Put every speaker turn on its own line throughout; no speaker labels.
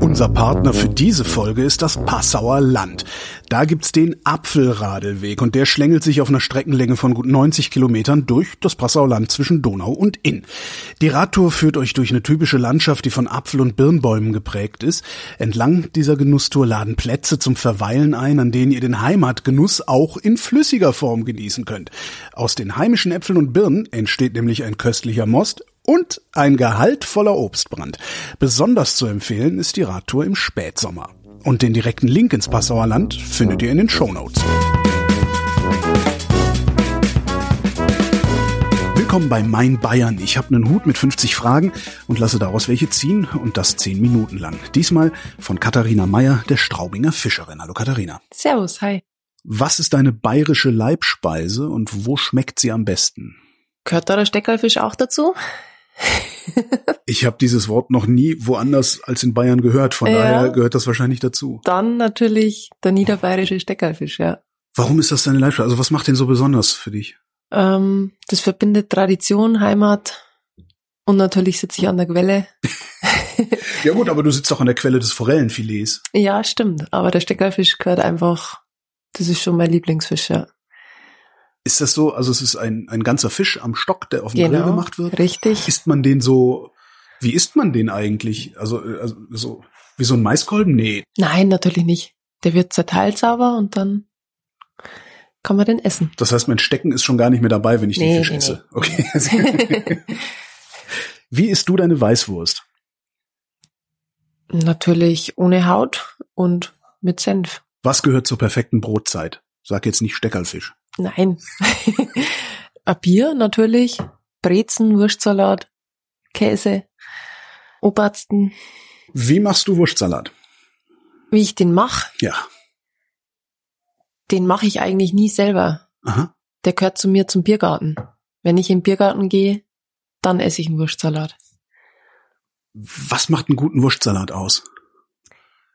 Unser Partner für diese Folge ist das Passauer Land. Da gibt's den Apfelradelweg und der schlängelt sich auf einer Streckenlänge von gut 90 Kilometern durch das Passauer Land zwischen Donau und Inn. Die Radtour führt euch durch eine typische Landschaft, die von Apfel- und Birnbäumen geprägt ist. Entlang dieser Genusstour laden Plätze zum Verweilen ein, an denen ihr den Heimatgenuss auch in flüssiger Form genießen könnt. Aus den heimischen Äpfeln und Birnen entsteht nämlich ein köstlicher Most und ein gehaltvoller Obstbrand. Besonders zu empfehlen ist die Radtour im Spätsommer. Und den direkten Link ins Passauer Land findet ihr in den Shownotes. Willkommen bei Mein Bayern. Ich habe einen Hut mit 50 Fragen und lasse daraus welche ziehen und das 10 Minuten lang. Diesmal von Katharina Meyer, der Straubinger Fischerin. Hallo Katharina.
Servus, hi.
Was ist deine bayerische Leibspeise und wo schmeckt sie am besten?
Gehört da der Steckerlfisch auch dazu?
Ich habe dieses Wort noch nie woanders als in Bayern gehört, von
Ja.
daher gehört das wahrscheinlich dazu.
Dann natürlich der niederbayerische Steckerlfisch, ja.
Warum ist das deine Leidenschaft? Also was macht den so besonders für dich?
Ähm, das verbindet Tradition, Heimat und natürlich sitze ich an der Quelle.
Ja gut, aber du sitzt doch an der Quelle des Forellenfilets.
Ja, stimmt. Aber der Steckerlfisch gehört einfach, das ist schon mein Lieblingsfisch, ja.
Ist das so? Also es ist ein, ein ganzer Fisch am Stock, der auf dem Grill
Genau,
gemacht wird.
richtig.
Isst man den so? Wie isst man den eigentlich? Also, äh, also so wie so ein Maiskolben? Nee.
Nein, natürlich nicht. Der wird zerteilt sauber und dann kann man den essen.
Das heißt, mein Stecken ist schon gar nicht mehr dabei, wenn ich den
Nee,
Fisch
nee,
esse. Okay. wie isst du deine Weißwurst?
natürlich ohne Haut und mit Senf.
Was gehört zur perfekten Brotzeit? Sag jetzt nicht Steckerlfisch.
Nein. Ein Bier natürlich, Brezen, Wurstsalat, Käse, Obersten.
Wie machst du Wurstsalat?
Wie ich den mache,
Ja.
den mache ich eigentlich nie selber.
Aha.
Der gehört zu mir zum Biergarten. Wenn ich in den Biergarten gehe, dann esse ich einen Wurstsalat.
Was macht einen guten Wurstsalat aus?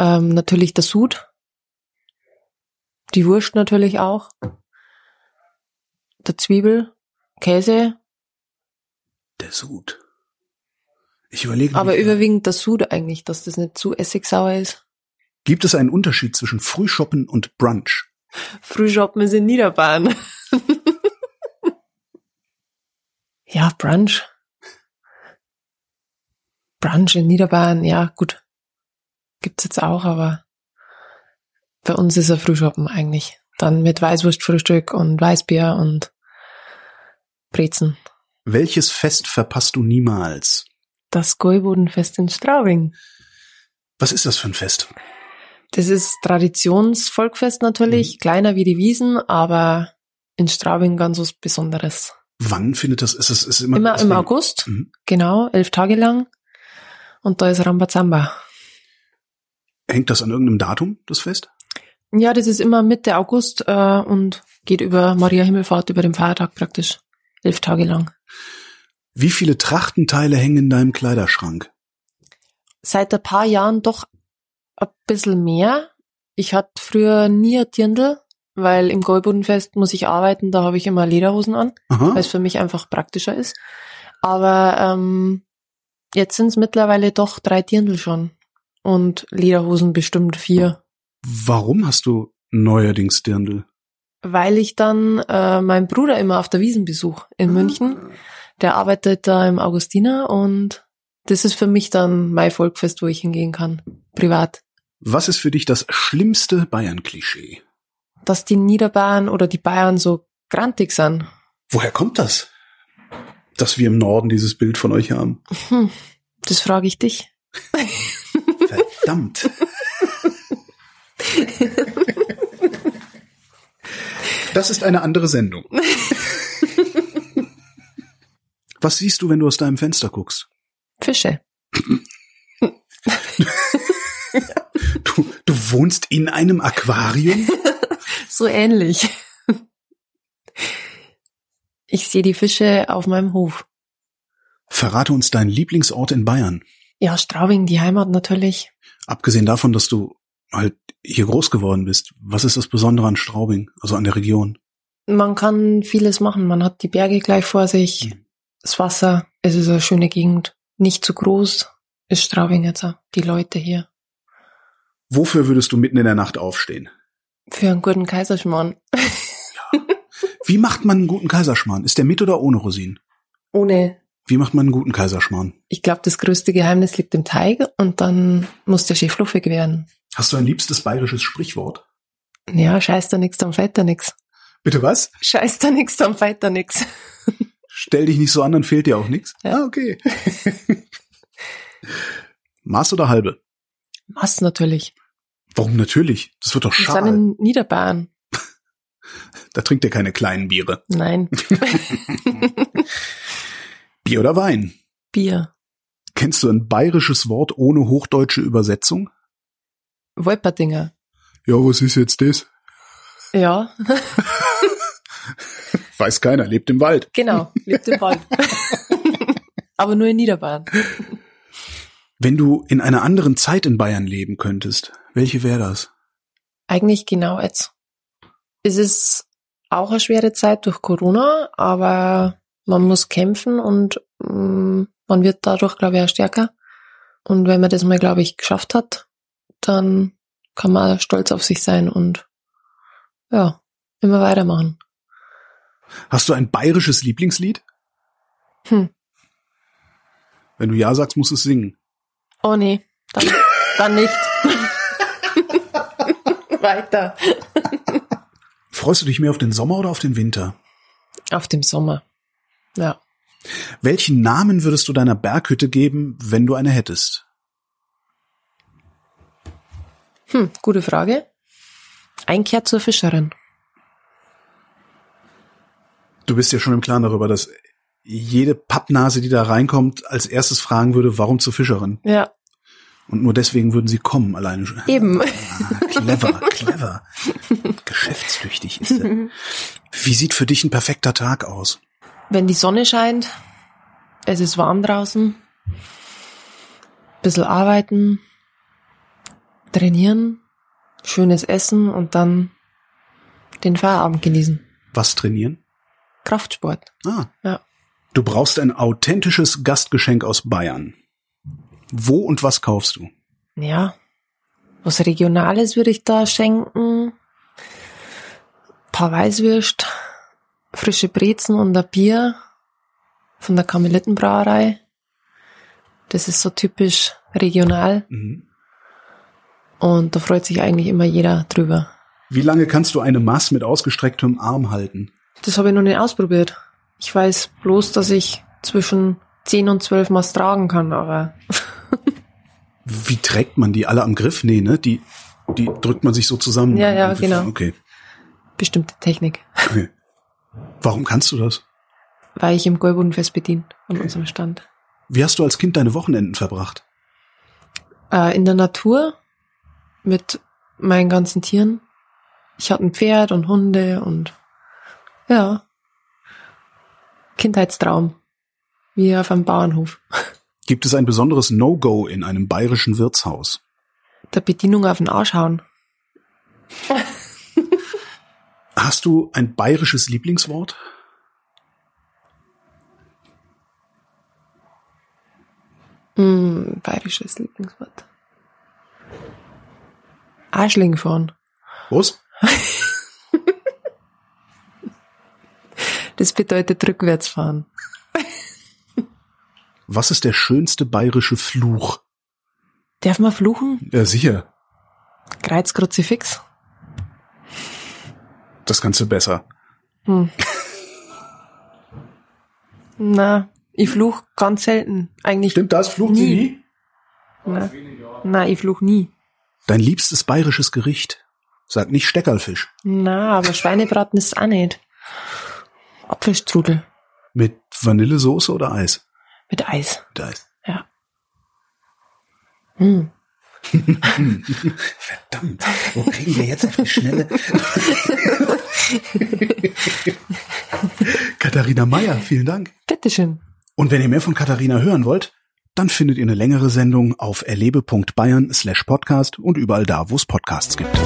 Ähm, natürlich der Sud, die Wurst natürlich auch, der Zwiebel, Käse,
Der Sud. Ich überlege.
aber
mir-
überwiegend der Sud eigentlich, dass das nicht zu essigsauer ist.
Gibt es einen Unterschied zwischen Frühschoppen und Brunch?
Frühschoppen ist in Niederbayern. ja, Brunch. Brunch in Niederbayern, ja, gut. Gibt's jetzt auch, aber bei uns ist er Frühschoppen eigentlich. Dann mit Weißwurstfrühstück und Weißbier und Brezen.
Welches Fest verpasst du niemals?
Das Gäubodenfest in Straubing.
Was ist das für ein Fest?
Das ist Traditionsvolkfest natürlich, kleiner wie die Wiesen, aber in Straubing ganz was Besonderes.
Wann findet das? Ist es ist immer,
Immer
ist
im
man-
August,
Mhm.
genau, elf Tage lang. Und da ist Rambazamba.
Hängt das an irgendeinem Datum, das Fest?
Ja, das ist immer Mitte August äh, und geht über Maria Himmelfahrt, über den Feiertag praktisch. Elf Tage lang.
Wie viele Trachtenteile hängen in deinem Kleiderschrank?
Seit ein paar Jahren doch ein bisschen mehr. Ich hatte früher nie ein Dirndl, weil im Gäubodenfest muss ich arbeiten, da habe ich immer Lederhosen an,
Aha.
weil es für mich einfach praktischer ist. Aber ähm, jetzt sind es mittlerweile doch drei Dirndl schon. Und Lederhosen bestimmt vier.
Warum hast du neuerdings Dirndl?
weil ich dann äh, meinen Bruder immer auf der Wiesenbesuch in München, der arbeitet da im Augustiner und das ist für mich dann mein Volkfest, wo ich hingehen kann, privat.
Was ist für dich das schlimmste Bayern-Klischee?
Dass die Niederbayern oder die Bayern so grantig sind.
Woher kommt das? Dass wir im Norden dieses Bild von euch haben.
Hm, das frage ich dich.
Verdammt. Das ist eine andere Sendung. Was siehst du, wenn du aus deinem Fenster guckst?
Fische.
Du, du wohnst in einem Aquarium?
So ähnlich. Ich sehe die Fische auf meinem Hof.
Verrate uns deinen Lieblingsort in Bayern.
Ja, Straubing, die Heimat natürlich.
Abgesehen davon, dass du halt hier groß geworden bist. Was ist das Besondere an Straubing, also an der Region?
Man kann vieles machen. Man hat die Berge gleich vor sich,
Mhm.
das Wasser. Es ist eine schöne Gegend. Nicht zu groß ist Straubing jetzt auch. Die Leute hier.
Wofür würdest du mitten in der Nacht aufstehen?
Für einen guten Kaiserschmarrn.
Wie macht man einen guten Kaiserschmarrn? Ist der mit oder ohne Rosinen?
Ohne.
Wie macht man einen guten Kaiserschmarrn?
Ich glaube, das größte Geheimnis liegt im Teig und dann muss der schön fluffig werden.
Hast du ein liebstes bayerisches Sprichwort?
Ja, scheiß da nix, dann fällt da nix.
Bitte was?
Scheiß da nix, dann fällt da nix.
Stell dich nicht so an, dann fehlt dir auch nichts.
Ja.
Ah, okay. Maß oder halbe?
Mass natürlich.
Warum natürlich? Das wird doch
Wir sind
schade.
in Niederbayern.
Da trinkt ihr keine kleinen Biere.
Nein,
Bier oder Wein?
Bier.
Kennst du ein bayerisches Wort ohne hochdeutsche Übersetzung?
Wolpertinger.
Ja, was ist jetzt das?
Ja,
Weiß keiner, lebt im Wald.
genau. Lebt im Wald. Aber nur in Niederbayern.
Wenn du in einer anderen Zeit in Bayern leben könntest, welche wäre das?
Eigentlich genau jetzt. Es ist auch eine schwere Zeit durch Corona, aber man muss kämpfen und mm, man wird dadurch, glaube ich, auch stärker. Und wenn man das mal, glaube ich, geschafft hat, dann kann man stolz auf sich sein und ja, immer weitermachen.
Hast du ein bayerisches Lieblingslied?
Hm.
Wenn du ja sagst, musst du es singen.
Oh nee, dann, dann nicht. Weiter.
Freust du dich mehr auf den Sommer oder auf den Winter?
Auf dem Sommer. Ja.
Welchen Namen würdest du deiner Berghütte geben, wenn du eine hättest?
Hm, gute Frage. Einkehr zur Fischerin.
Du bist ja schon im Klaren darüber, dass jede Pappnase, die da reinkommt, als erstes fragen würde, warum zur Fischerin?
Ja,
Und nur deswegen würden sie kommen, alleine schon.
eben.
Ah, clever, clever. Geschäftstüchtig ist er. Wie sieht für dich ein perfekter Tag aus?
Wenn die Sonne scheint, es ist warm draußen, bisschen arbeiten, trainieren, schönes Essen und dann den Feierabend genießen.
Was trainieren?
Kraftsport.
Ah.
Ja.
Du brauchst ein authentisches Gastgeschenk aus Bayern. Wo und was kaufst du?
Ja. Was Regionales würde ich da schenken. paar Weißwürst, frische Brezen und ein Bier von der Kamelettenbrauerei. Das ist so typisch regional
Mhm.
und da freut sich eigentlich immer jeder drüber.
Wie lange kannst du eine Maß mit ausgestrecktem Arm halten?
Das habe ich noch nicht ausprobiert. Ich weiß bloß, dass ich zwischen 10 und 12 Maß tragen kann, aber
Wie trägt man die alle am Griff? Nee, ne? Die, die drückt man sich so zusammen.
Ja, ja, genau.
Okay.
bestimmte Technik,
okay. Warum kannst du das?
weil ich im Gäubodenfest bedient an unserem Stand.
Wie hast du als Kind deine Wochenenden verbracht?
äh, in der Natur mit meinen ganzen Tieren. Ich hatte ein Pferd und Hunde und ja, Kindheitstraum. Wie auf einem Bauernhof.
Gibt es ein besonderes No-Go in einem bayerischen Wirtshaus?
Der Bedienung auf den Arsch hauen.
Hast du ein bayerisches Lieblingswort?
Hm, bayerisches Lieblingswort. Arschling fahren.
Was?
Das bedeutet rückwärts fahren.
Was ist der schönste bayerische Fluch?
Darf man fluchen?
Ja, sicher.
Kreuz, Kruzifix?
Das kannst du besser.
Hm. Na, ich fluch ganz selten. Eigentlich
das? Flucht
sie Nie. Na, na, ich fluch nie.
Dein liebstes bayerisches Gericht? Sag nicht Steckerlfisch.
Na, aber Schweinebraten ist auch nicht. Apfelstrudel
Mit Vanillesoße oder Eis?
mit Eis.
Mit Eis.
Ja. Hm.
Verdammt. Wo kriegen wir jetzt auf die Schnelle? Katharina Meyer, vielen Dank.
Bitteschön.
Und wenn ihr mehr von Katharina hören wollt, dann findet ihr eine längere Sendung auf erlebe.bayern slash podcast und überall da, wo es Podcasts gibt.